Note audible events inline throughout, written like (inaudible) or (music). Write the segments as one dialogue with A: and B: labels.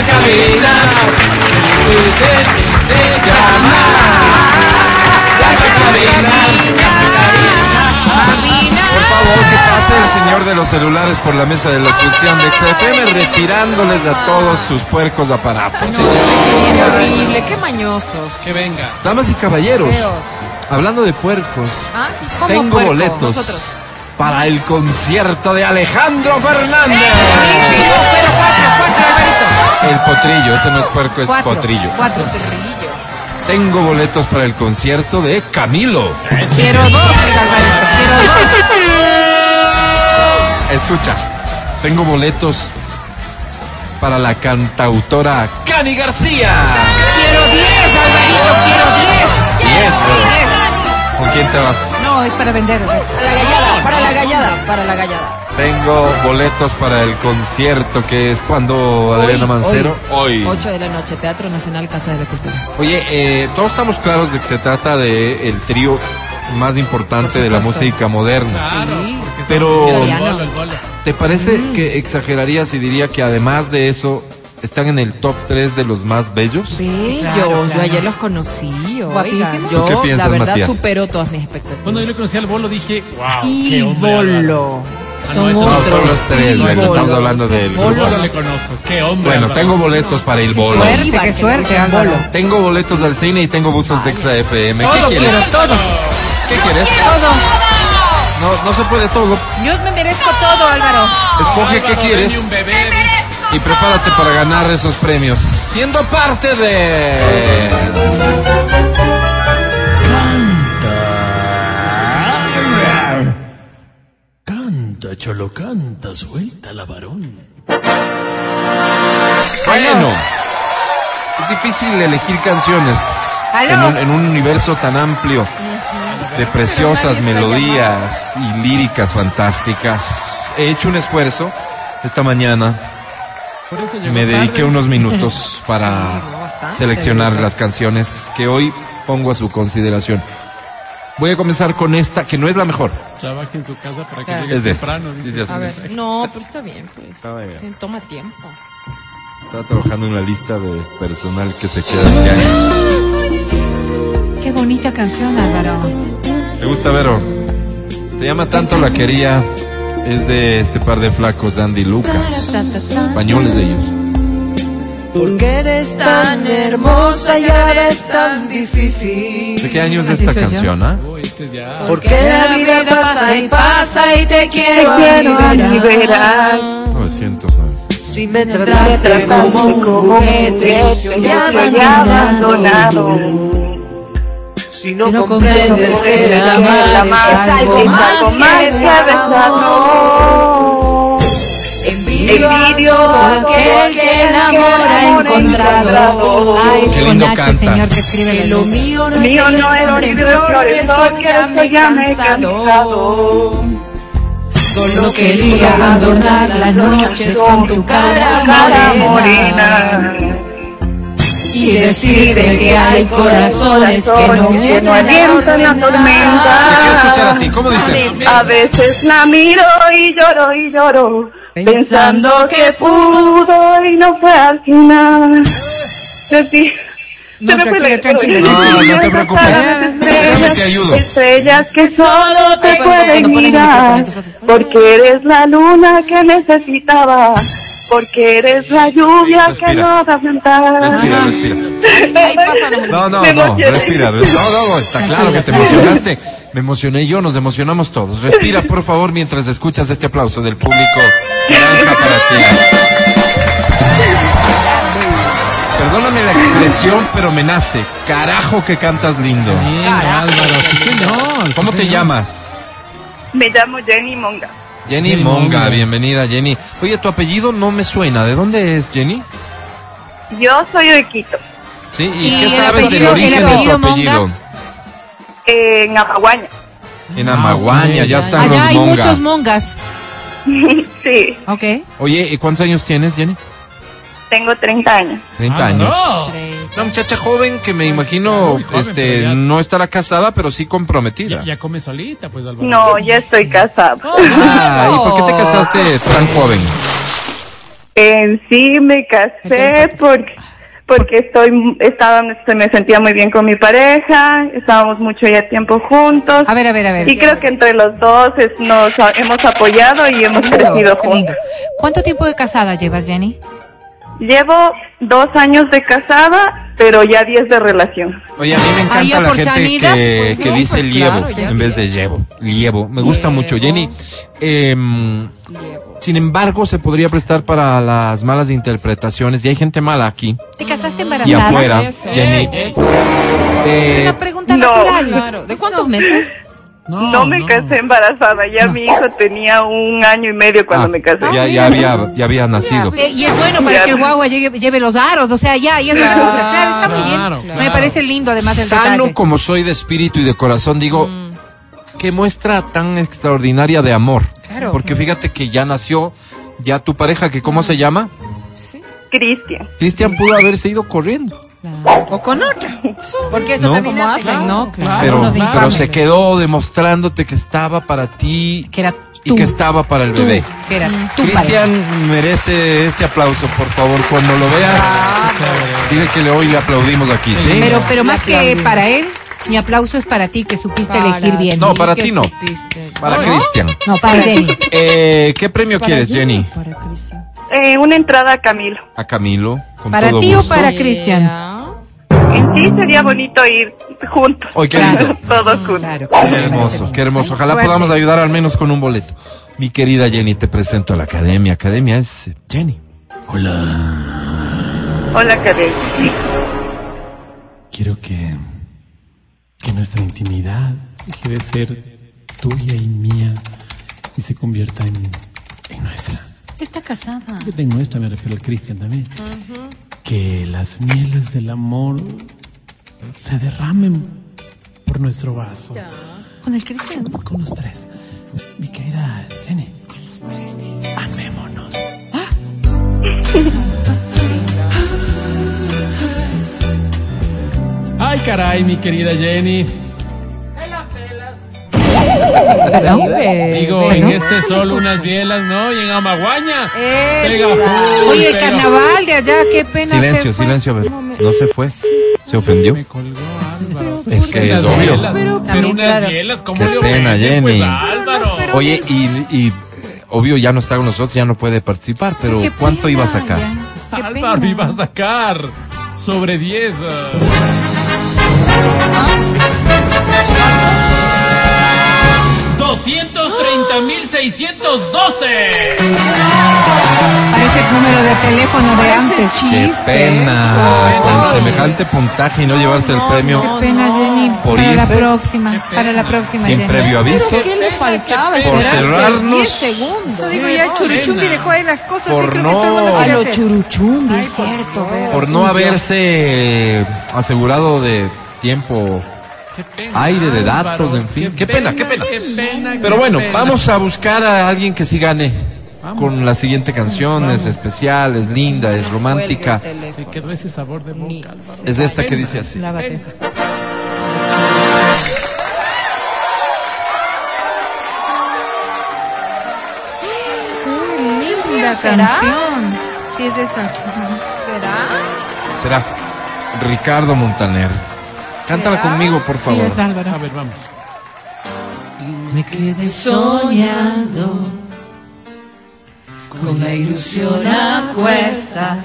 A: Navidad, felices te llaman. Gracias,
B: Por favor, que pase el señor de los celulares por la mesa de locución de XFM, retirándoles a todos sus puercos aparatos.
C: Qué horrible, qué mañosos.
A: Que venga.
B: Damas y caballeros,
C: Feos.
B: hablando de puercos,
C: Ah, sí, como
B: tengo
C: puerco,
B: boletos
C: Nosotros.
B: para el concierto de Alejandro Fernández.
C: Buenísimo, pero cuatro, cuatro, Alvarito.
B: El potrillo, ese no es puerco, es
C: Cuatro,
B: potrillo.
C: Cuatro, potrillo.
B: Tengo boletos para el concierto de Camilo.
C: Quiero dos, Alvarito, quiero dos.
B: Escucha, tengo boletos para la cantautora Cani García.
C: Quiero diez, Alvarito, quiero diez.
B: Diez, pero-
C: Diez.
B: ¿Con quién te vas?
C: No, es para vender. Para la gallada, para la gallada, para la gallada.
B: Tengo boletos para el concierto que es cuando Adriana
C: Hoy,
B: Mancero. Hoy.
C: Ocho de la noche, Teatro Nacional Casa de la Cultura.
B: Oye, eh, todos estamos claros de que se trata de el trío más importante
C: Por
B: de la
C: supuesto.
B: música moderna.
C: Sí.
B: Pero
C: Floriano.
A: El bolo, el bolo.
B: ¿te parece que exageraría si diría que además de eso están en el top 3 de los más bellos?
C: Bellos, yo ayer los conocí. Guapísimos.
B: ¿Tú
C: Yo,
B: qué piensas,
C: la verdad,
B: Matías?
C: superó todas mis expectativas.
A: Cuando yo le conocí al bolo dije, wow, qué hombre. Álvaro.
C: Ídolo.
A: Ah, no,
C: Son
A: ese no,
C: otros.
B: son los tres,
C: ídolos.
B: estamos hablando del
A: Al
B: grupo.
A: bolo le conozco, qué hombre.
B: Bueno,
A: Álvaro.
B: tengo boletos para el bolo.
C: Suerte, qué suerte, Álvaro.
B: Tengo boletos al cine y tengo buzos de XFM. ¿Qué
C: Todo
B: quieres?
C: quiero, todo.
B: ¿Qué quieres?
C: Todo.
B: No, no se puede todo.
C: Yo me merezco todo, Álvaro.
B: Escoge
A: Álvaro,
B: qué
A: denle
B: quieres.
A: un bebé.
B: Y prepárate para ganar esos premios. Siendo parte de.
D: Canta, cholo, canta, suelta la varón.
C: Ah,
B: Bueno. Es difícil elegir canciones.
C: Aló.
B: En un, en un universo tan amplio. De preciosas
C: Pero nadie está
B: melodías y líricas fantásticas. He hecho un esfuerzo esta mañana.
A: Por eso llegó
B: Me dediqué
A: tarde.
D: (laughs)
B: unos minutos
C: Sí,
B: para
C: no, bastante
B: seleccionar
C: dedicaste.
B: las canciones que hoy pongo a su consideración. Voy a comenzar con esta, que no es la mejor.
A: Trabaje en su casa para que
C: Claro.
A: llegue
B: Es de esta.
A: temprano. dice.
B: Dice así. (laughs)
C: A ver, no, pero está bien, pues.
B: Está muy bien.
C: Sí, Toma tiempo.
B: Estaba trabajando en la lista de personal que se queda este año.
C: Qué bonita canción, Álvaro.
B: Me gusta, Vero. Se llama Tanto la quería. Es de este par de flacos, Andy y Lucas. Españoles ellos.
E: Porque eres tan hermosa y ahora es tan difícil.
B: ¿De qué año es
C: Así
B: esta
C: soy yo.
B: canción, ah?
A: Uy, este es ya.
E: Porque la vida pasa y pasa y te quiero liberar.
B: 900, ¿no?
E: Si me
C: Trata
E: trataste
C: como un juguete, te ha abandonado.
E: Si no,
C: Si no
E: comprendes
C: comprendes
E: que
C: que
E: el amar es algo más que desató. Envidio a todo aquel que el amor ha encontrado.
C: Ah, es
B: Qué
C: con
B: lindo
C: H,
B: cantas.
C: señor, que escribe
E: Que
C: la
E: lo
C: letra.
E: mío no
F: Mío
E: es
F: no es
E: flor en flor, que soy
C: ya me he
F: ya me he
C: cansado.
F: cansado.
C: Solo quería adornar las noches con tu cara
F: Cara
C: morena
F: morena.
C: y decirte que hay corazones que no
F: que
C: alientan
F: no alientan la
B: Te
F: tormenta.
B: quiero escuchar a ti. ¿Cómo dice?
F: A veces la miro y lloro y lloro, pensando que pudo y no fue al final. De ti.
C: No,
F: Se me fue
C: tranquila,
F: el-
C: tranquila.
B: No, no te preocupes.
F: Esas
B: Déjame te ayudo.
F: Estrellas que solo te
C: Ay, cuando- cuando
F: pueden
C: pones el micrófono,
F: mirar,
C: entonces haces-
F: porque eres la luna que necesitaba, porque eres la lluvia que
B: Respira.
F: no va a
B: Respira,
F: afrontar.
B: respira.
C: Ahí pasa
B: (laughs)
C: la
B: No, no,
F: Me
B: no,
F: emocioné.
B: respira, res- no, no, está claro que te emocionaste. Me emocioné yo, nos emocionamos todos. Respira, por favor, mientras escuchas este aplauso del público. Naranja para ti. Perdóname la expresión, pero me nace. Carajo que cantas lindo.
A: Bien, Álvaro, sí, señor, sí,
B: ¿Cómo te
A: señor.
B: llamas?
F: Me llamo Jenny Monga.
B: Jenny
A: Jenny
B: Monga,
A: Monga.
B: bienvenida Jenny. Oye, tu apellido no me suena. ¿De dónde es Jenny?
F: Yo soy de Quito,
B: Sí, ¿y,
C: ¿Y
B: qué
C: el
B: sabes del
C: apellido-
B: origen
C: el
B: de tu
C: apellido Monga?
B: apellido?
F: en Amaguaña.
B: En Amaguaña,
A: ok,
B: ya
A: ya,
B: están los
C: Allá hay
B: Monga.
C: muchos mongas.
F: (laughs) sí,
C: Ok.
B: Oye, ¿y cuántos años tienes, Jenny?
F: tengo 30 años.
B: 30
A: Ah,
B: años.
A: no.
B: Una muchacha joven que me imagino
A: muy joven,
B: este
A: pero ya-
B: no estará casada, pero sí comprometida.
A: Ya, ya come solita, pues, Álvaro.
E: Oh.
F: No, ya estoy casada.
C: Ah, Oh.
B: Ah, ¿y por qué te casaste tan joven?
F: En sí me casé porque porque estoy estaba me sentía muy bien con mi pareja, estábamos mucho ya tiempo juntos.
E: A ver, a ver, a ver.
F: Y creo que entre los dos es- nos a- hemos apoyado y hemos
E: Qué lindo,
F: crecido
E: qué lindo.
F: juntos.
E: ¿Cuánto tiempo de casada llevas, Jenny?
F: Llevo dos años de casada, pero ya diez de relación.
B: Oye, a mí me
E: Ah, ya
B: encanta la
E: por
B: gente
E: sanidad,
B: que,
E: pues,
B: que
E: no,
B: dice
E: pues,
B: lievo
E: claro, ya
B: en vez de llevo. Lievo. Me gusta mucho. Jenny, em, sin embargo, se podría prestar para las malas interpretaciones. Y hay gente mala aquí
E: ¿Te casaste
B: y
E: embarazada?
B: afuera.
C: Eso.
B: Jenny,
A: Eso.
E: Es
B: eh,
E: una pregunta
F: No.
E: natural.
C: Claro. ¿De cuántos meses?
A: No,
F: No, me casé embarazada, ya mi hijo tenía un año y medio cuando
B: ah,
F: me casé.
B: ya, ya, había, ya había nacido.
E: Eh, y es bueno para
F: Ya.
E: que el guagua llegue- lleve los aros, o sea, ya, ya es una cosa. Claro, está muy bien.
A: Claro, claro.
E: Me parece lindo, además, el
B: Sano
E: detalle.
B: como soy de espíritu y de corazón, digo, qué muestra tan extraordinaria de amor.
E: Claro.
B: Porque fíjate que ya nació ya tu pareja, que ¿cómo se llama?
F: Cristian.
B: Cristian pudo haberse ido corriendo.
E: Claro. O con otra. Porque eso
B: No.
E: también
C: ¿Cómo
E: hace.
C: hacen? No,
A: Ah,
C: claro.
B: pero,
E: Vámonos de
B: pero
E: infame.
B: se quedó demostrándote que estaba para ti
E: Que era
B: y
E: tú.
B: que estaba para el
E: Tú,
B: bebé.
E: que era tu pareja.
B: Cristian merece este aplauso, por favor, cuando lo veas. Dile que le hoy le aplaudimos aquí, ¿sí?
E: Ah, Pero, pero
C: Le
E: más que
C: aplaudimos.
E: para él, mi aplauso es para ti, que supiste
C: Para
E: elegir bien.
B: No, para
C: que
B: ti no.
C: supiste.
B: Para Cristian.
E: No, para Jenny.
B: Eh, ¿Qué premio
C: Para
B: quieres, Jenny?
C: Jenny, Para Cristian.
F: Eh, una entrada a Camilo.
B: A Camilo. Con
E: ¿Para
B: todo
E: ti o
B: gusto.
E: Para Cristian.
C: Yeah.
F: En sí sería bonito ir juntos.
B: Ay, Oh, qué lindo.
F: (laughs)
B: Mm,
F: Todos juntos.
E: Claro.
B: Qué hermoso, qué hermoso. Ojalá podamos ayudar al menos con un boleto. Mi querida Jenny, te presento a la academia. Academia es eh, Jenny.
D: Hola,
F: Hola, Cadel.
D: quiero que. que nuestra intimidad quiere ser tuya y mía y se convierta en. en nuestra.
E: Está casada.
D: Que tengo esta, me refiero al Cristian también. Que las mieles del amor se derramen por nuestro vaso.
E: Con el Cristian.
D: Con los tres. Mi querida Jenny. Con los tres. Amémonos.
A: Ah. Ay, caray, mi querida Jenny.
E: Perdón.
C: Vive,
A: Digo,
C: vive,
A: en
C: ¿no?
A: este sol unas bielas, ¿no? Y en Amaguaña. Pega
C: Esa.
A: full,
E: Oye, el
A: pero-
E: carnaval de allá, qué pena.
B: Silencio,
E: se fue.
B: silencio, a ver. No se fue. ¿Se ofendió?
A: Me colgó Álvaro.
B: Es que
A: Unas
B: es obvio.
A: bielas,
C: Pero-
A: Pero,
E: También,
A: unas
E: claro.
A: bielas, ¿cómo
B: Qué
A: le
B: pena,
A: ofenden, pues,
B: Jenny.
A: a Álvaro?
B: Oye, y, y, eh, obvio ya no está con nosotros, ya no puede participar, pero
E: Qué
B: ¿cuánto
E: pena,
B: iba a sacar?
E: ya. Qué
A: Álvaro
E: pena.
A: iba a sacar sobre 10. ah. ¡230 mil 612!
E: Parece el número de teléfono de
C: Parece
E: antes.
B: Qué
C: Chiste,
B: pena
C: eso.
B: con semejante puntaje y no llevarse el premio
E: Qué pena, Jenny.
B: Por
E: para la
B: irse.
E: próxima, para la próxima,
B: sin
E: Jenny.
B: previo aviso,
C: Pero ¿qué le faltaba?
B: Por
C: Esperarse
B: cerrarnos.
C: 10 segundos.
E: Yo digo, ya el churuchumbi dejó ahí las cosas.
B: Por
E: yo creo que todo el mundo
B: no-
C: A
E: quiere
C: lo
E: hacer.
C: churuchumbi, es cierto.
B: por no haberse asegurado de tiempo.
A: Qué pena,
B: Aire de datos, en fin. Qué pena, qué pena. Pero bueno,
A: pena.
B: vamos a buscar a alguien que sí gane. Con la siguiente canción, es especial, es linda, es romántica.
C: Cuelga el teléfono.
A: Me quedó ese sabor de boca. Álvaro.
B: Es esta que dice así.
E: Lávate.
C: Qué
E: La
C: linda canción.
E: canción. Sí, es esa.
C: ¿Será?
B: Será Ricardo Montaner. Cántala conmigo, por
E: Sí,
B: favor.
E: es Álvaro.
A: A ver, vamos.
C: Me quedé soñando con la ilusión a cuestas,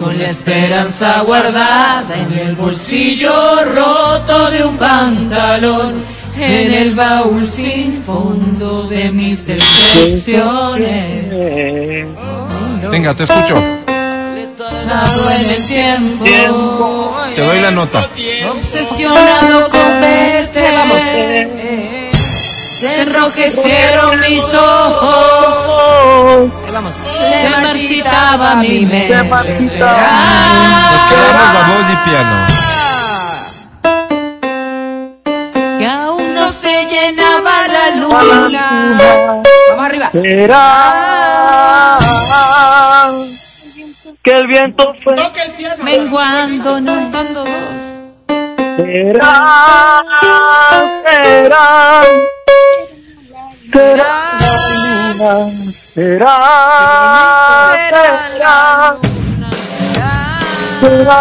C: con la esperanza guardada en el bolsillo roto de un pantalón, en el baúl sin fondo de mis decepciones.
B: Venga, te escucho.
C: Nado en el tiempo,
B: Te doy la nota.
C: obsesionado con verte. Se enrojecieron mis ojos, se marchitaba mi mente. Ah.
B: Nos quedamos a voz y piano.
C: Que aún no se llenaba la luna. Vamos arriba.
F: Será que el viento fue.
C: Menguando, no dando dos.
F: Será, será será, será, será, será,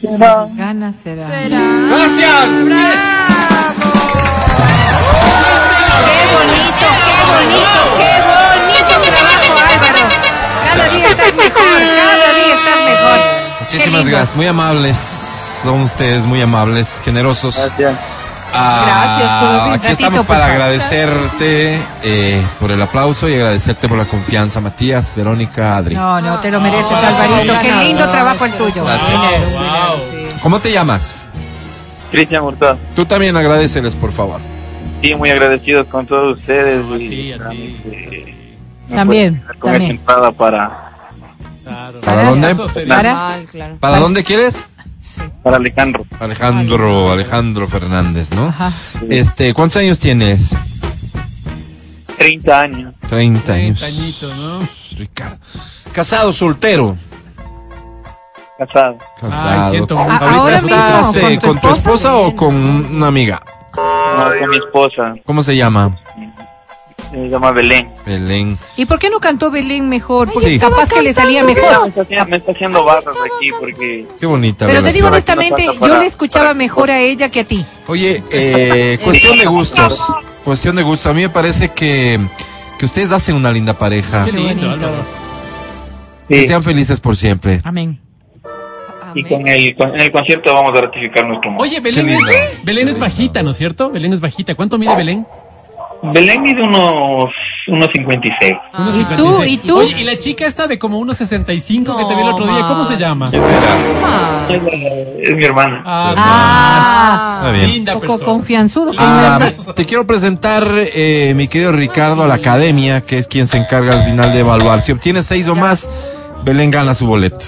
F: será,
E: Gana será.
B: ¡Gracias!
E: Qué bonito, qué bonito, qué bonito trabajo, Álvaro. Cada día estás mejor, cada día estás mejor.
B: Muchísimas
E: lindo.
B: gracias, muy amables. Son ustedes muy amables, generosos.
F: Gracias.
B: Ah,
E: Gracias, todo bien.
B: Aquí
E: Ratito,
B: estamos
E: por
B: para
E: favor.
B: agradecerte eh, por el aplauso y agradecerte por la confianza, Matías, Verónica, Adri.
E: No, no, te lo mereces, Alvarito. Qué lindo trabajo el tuyo.
B: Gracias. ¿Cómo te llamas?
G: Cristian Hurtado,
B: Tú también agradeceles, por favor.
G: sí, muy agradecido con todos ustedes. y,
D: ti, a ti.
G: eh, no
E: También,
G: puedo con
E: también.
G: esa entrada para,
D: Claro.
B: ¿Para dónde?
E: Para.
C: claro.
B: ¿Para dónde quieres?
G: para Alejandro,
B: Alejandro, Alejandro Fernández, ¿no?
E: Ajá.
B: Este, ¿cuántos años tienes?
G: 30 años,
B: 30 años.
D: Tañito, ¿no?
B: Ricardo. Casado, soltero.
G: casado,
B: Casado.
D: Ay, siento
B: ¿Ahorita
D: mucho.
E: Ah, ahora mismo,
B: estás eh,
E: ¿con
B: con,
E: tu
B: tu
E: esposa?
B: esposa o con una amiga?
G: no, con mi esposa,
B: ¿Cómo se llama?
G: se llama Belén.
B: Belén.
E: ¿Y por qué no cantó Belén mejor? Porque
B: Sí.
E: capaz que le salía
G: Me
E: mejor.
G: está haciendo, me está haciendo barras aquí porque
B: Qué bonita.
E: Pero te
B: relación.
E: digo honestamente,
G: Para-
E: yo
G: para-
E: le escuchaba mejor a ella que a ti.
B: Oye, eh, cuestión de gustos. Cuestión de gustos. A mí me parece que, que ustedes hacen una linda pareja.
D: Qué lindo,
E: bonito.
D: Álvaro.
B: Que
G: sí,
B: sean felices por siempre.
E: Amén.
G: y con el, con- en el concierto vamos a ratificar nuestro amor.
D: Oye, Belén
B: lindo.
D: es, Belén es bajita, ¿no es cierto? Belén es bajita. ¿Cuánto mide Belén?
G: Belén mide unos, unos 56.
D: Unos
E: ¿Y
D: 56.
E: tú? ¿Y tú?
D: Oye, y la chica esta de como 1.65 que te vi el otro día, ¿cómo se llama?
G: Es, eh, es mi hermana.
D: Ah,
E: Ah,
B: Está bien.
D: linda
E: poco
D: persona.
E: confianzudo.
B: Ah, te quiero presentar, eh, mi querido Ricardo, a la academia, que es quien se encarga al final de evaluar. Si obtienes seis o más, Belén gana su boleto.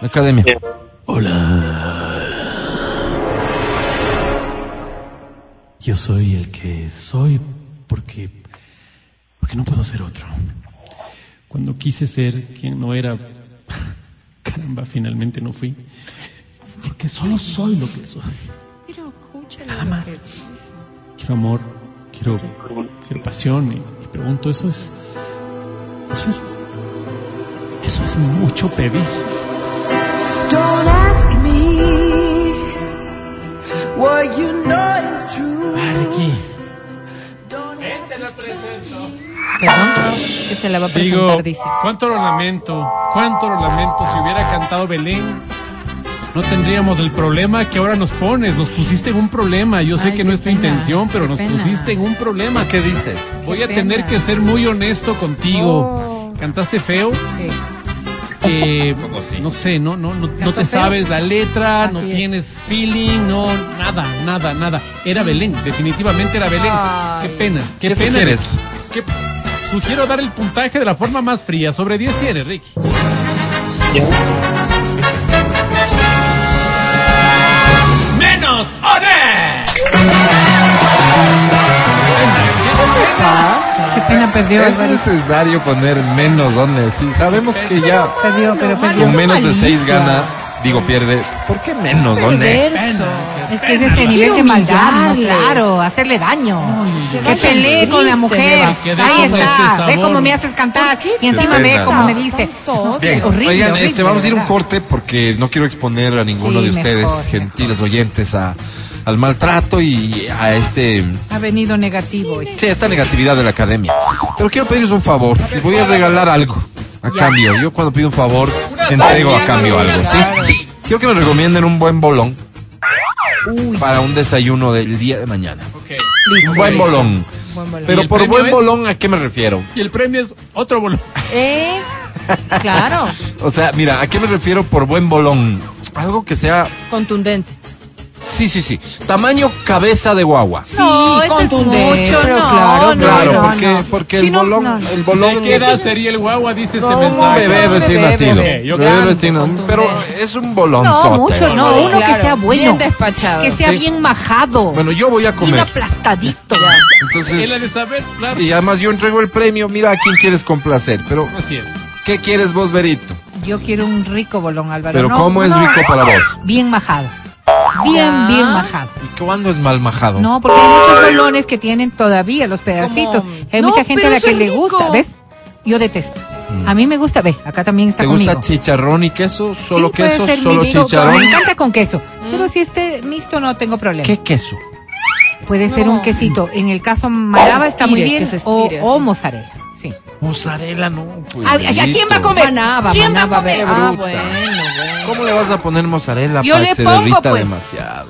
B: La academia.
D: Yo soy el que soy porque porque no puedo ser otro. Cuando quise ser quien no era, (laughs) caramba, finalmente no fui. Porque solo soy lo que soy. Quiero amor, quiero, quiero pasión y, y pregunto, eso es, eso es, eso es mucho pedir.
C: Don't ask me what you know is true.
D: Ay, aquí.
C: Don't
E: Perdón, que se la va a presentar,
D: Digo,
E: dice.
D: cuánto lo lamento, cuánto lo lamento. Si hubiera cantado Belén, no tendríamos el problema que ahora nos pones. Nos pusiste en un problema. Yo sé
E: Ay,
D: que no
E: qué
D: es tu
E: pena,
D: intención, pero
E: qué
D: nos
E: pena.
D: pusiste en un problema.
B: ¿Qué dices?
D: Voy a
E: pena.
D: tener que ser muy honesto contigo.
E: Oh.
D: Cantaste feo,
E: Sí.
B: (laughs)
D: eh,
B: Poco sí.
D: no sé, no, no, no, no
E: Cantó
D: te
E: feo.
D: sabes la letra, no
E: Así es.
D: tienes feeling, no, nada, nada, nada. Era Belén, definitivamente era Belén.
C: Ay.
D: Qué pena, qué,
B: ¿Qué
D: pena.
B: sugieres?
D: ¿Qué- Sugiero dar el puntaje de la forma más fría. Sobre 10 tienes, Ricky. ¡Menos ore!
E: Qué pena perdió,
B: Es
E: Alvarito.
B: necesario poner menos dones. Si sabemos que ya
E: Perdió, pero perdió.
B: con menos de seis gana, digo pierde. ¿Por qué menos dones?
E: Perverso. Es que es este nivel de maldad, ¿no? claro, hacerle daño. que pelee con la mujer.
D: Que dé
E: Ahí
D: como
E: está.
D: este
E: ve
D: sabor.
E: cómo me haces cantar. Y encima
B: Qué
E: ve
B: pena.
E: cómo me dice. No,
B: Bien,
E: horrible,
B: oigan,
E: horrible,
B: este, vamos a ir a un
E: ¿verdad?
B: corte porque no quiero exponer a ninguno
E: Sí,
B: de ustedes,
E: mejor,
B: gentiles oyentes, a, al maltrato y a este
E: Ha venido negativo. hoy.
B: Sí, esta negatividad de la academia. Pero quiero pedirles un favor. Les voy a regalar algo a cambio. Yo cuando pido un favor, entrego a cambio algo, ¿sí? Quiero que me recomienden un buen bolón para un desayuno del día de mañana. Un buen bolón.
D: ¿Y
B: Pero
D: el
B: por
D: premio
B: buen
D: es?
B: bolón, ¿a qué me refiero?
D: Y el premio es otro bolón.
E: Eh, claro,
B: O sea, mira, ¿a qué me refiero por buen bolón? Algo que sea...
C: Contundente.
B: Sí, sí, sí. Tamaño cabeza de guagua.
E: No,
C: sí,
E: eso es
C: contundente.
E: mucho,
C: pero
E: no,
C: claro,
E: no,
B: claro,
E: no,
B: porque,
E: no.
B: porque
E: Sí,
B: el
E: no,
B: bolón...
E: no, no.
B: El
D: ¿De
B: bolón
D: qué edad sería el guagua? Dice este
B: Un
D: mensaje.
B: bebé recién
C: bebé,
B: nacido.
D: bebé. Yo
B: Bebé
D: creo.
B: recién nacido. Pero es un bolón.
E: no, mucho, no. Uno que
C: Claro,
E: sea bueno.
C: bien despachado.
E: Que sea
B: Sí.
E: bien majado.
B: Bueno, yo voy a
E: bien
B: comer.
E: aplastadito.
D: Él ha de
B: Entonces,
D: saber, claro.
B: y además yo entrego el premio. Mira a quién quieres complacer. Pero,
D: Así es.
B: ¿qué quieres vos, Berito?
E: Yo quiero un rico bolón, Álvaro.
B: Pero,
E: no,
B: ¿cómo es
E: no.
B: rico para vos?
E: Bien majado. bien, bien majado.
B: ¿Y cuándo es mal majado?
E: No, porque hay muchos bolones que tienen todavía los pedacitos.
C: Como-
E: Hay
C: No,
E: mucha gente a
C: pero
E: la
C: eso
E: que
C: es
E: le
C: rico.
E: gusta, ¿ves? Yo detesto. A mí me gusta, ve, acá también está
B: ¿Te
E: conmigo.
B: gusta chicharrón y queso? ¿Solo
E: Sí, puede
B: queso?
E: ser
B: ¿Solo
E: mixto,
B: chicharrón?
E: Me encanta con queso.
H: Mm.
E: Pero si este mixto no tengo problema.
B: ¿Qué queso?
E: Puede ser un
C: No.
E: quesito. En el caso Malaba está muy
C: Estire,
E: bien.
C: que se
E: O,
C: estire
E: o
C: así.
E: mozzarella. Sí.
B: Mozzarella, no. pues,
C: Ah,
E: ¿A, a- a quién va a
B: listo.
E: comer?
C: Manaba,
E: ¿Quién va a
C: manaba, ve.
E: comer?
C: Ah,
B: Bruta.
C: bueno, bueno.
B: ¿Cómo le vas a poner mozzarella
E: Yo
B: para
E: le
B: que se
E: pongo,
B: derrita
E: pues.
B: demasiado?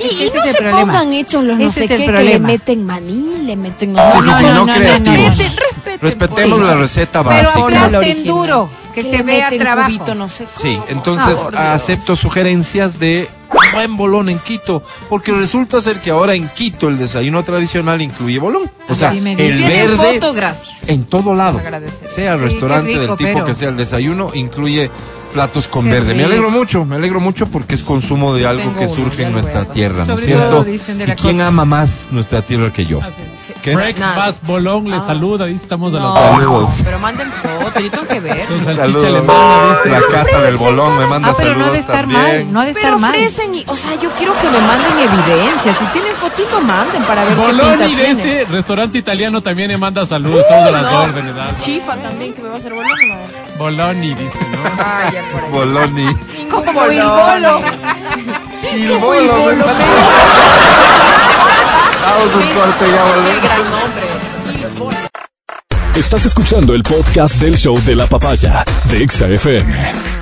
E: Ese
H: Y, y
E: es
H: no
E: el
H: se
E: problema.
H: pongan hechos los no
E: Ese
H: sé
E: es el
H: qué, que le
E: problema.
H: meten maní, le meten...
B: Sí, sí, sí, no,
E: no, no,
B: creativos.
E: no,
H: respeten,
B: Respetemos
H: pues.
B: la receta
E: Pero
B: básica.
H: habla-
E: aplasten
H: original.
E: duro. Que se vea trabajo.
H: cubito, no sé
B: Sí,
H: cómo.
B: entonces
H: Por favor,
B: acepto sugerencias de buen bolón en Quito, porque resulta ser que ahora en Quito el desayuno tradicional incluye bolón. O sea,
E: sí,
B: el
C: Si
E: me
B: verde
C: tienes foto, gracias.
B: en todo lado.
C: Agradecer.
B: Sea
E: Sí,
B: restaurante
E: qué rico,
B: del tipo
E: pero-
B: que sea el desayuno, incluye platos con
E: Qué
B: verde. Me
E: rico.
B: alegro mucho, me alegro mucho porque es consumo de algo
C: tengo
B: que
C: uno,
B: surge
C: ya
B: en
C: lo
B: nuestra
C: voy a
B: tierra, ¿no es
C: Sobre
B: cierto?
C: todo dicen de
B: ¿Y
C: la
B: quién
C: costa.
B: ama más nuestra tierra que
D: Ah,
B: yo? ¿Qué?
D: Breakfast Bolón, le saluda, ahí estamos a las
B: Saludos.
C: pero manden foto, yo tengo que ver.
D: dos
B: Saludos.
D: salchicha alemana, dice.
B: La casa del
H: ofrecen
B: bolón me
H: cada-
B: manda
E: Ah, pero
B: saludos
E: no ha de estar
B: también.
E: mal. No ha de estar
H: Pero
E: mal.
H: ofrecen, y, o sea, yo quiero que me manden evidencia. Si tienen fotito, manden para ver qué
D: Boloni
H: pinta
D: de
H: tiene.
D: ese restaurante italiano también le manda saludos, todas las
H: no.
D: órdenes. ¿ah?
H: Chifa también, que me va a hacer bolón. ¿no?
D: Boloni dice, ¿no?
C: Ah, ya por ahí.
E: (laughs)
B: Boloni.
E: Como el bolo.
B: Y el bolo, me manda. Vamos un corte, ya volvemos.
I: Estás escuchando el podcast del show de la papaya de Exa FM.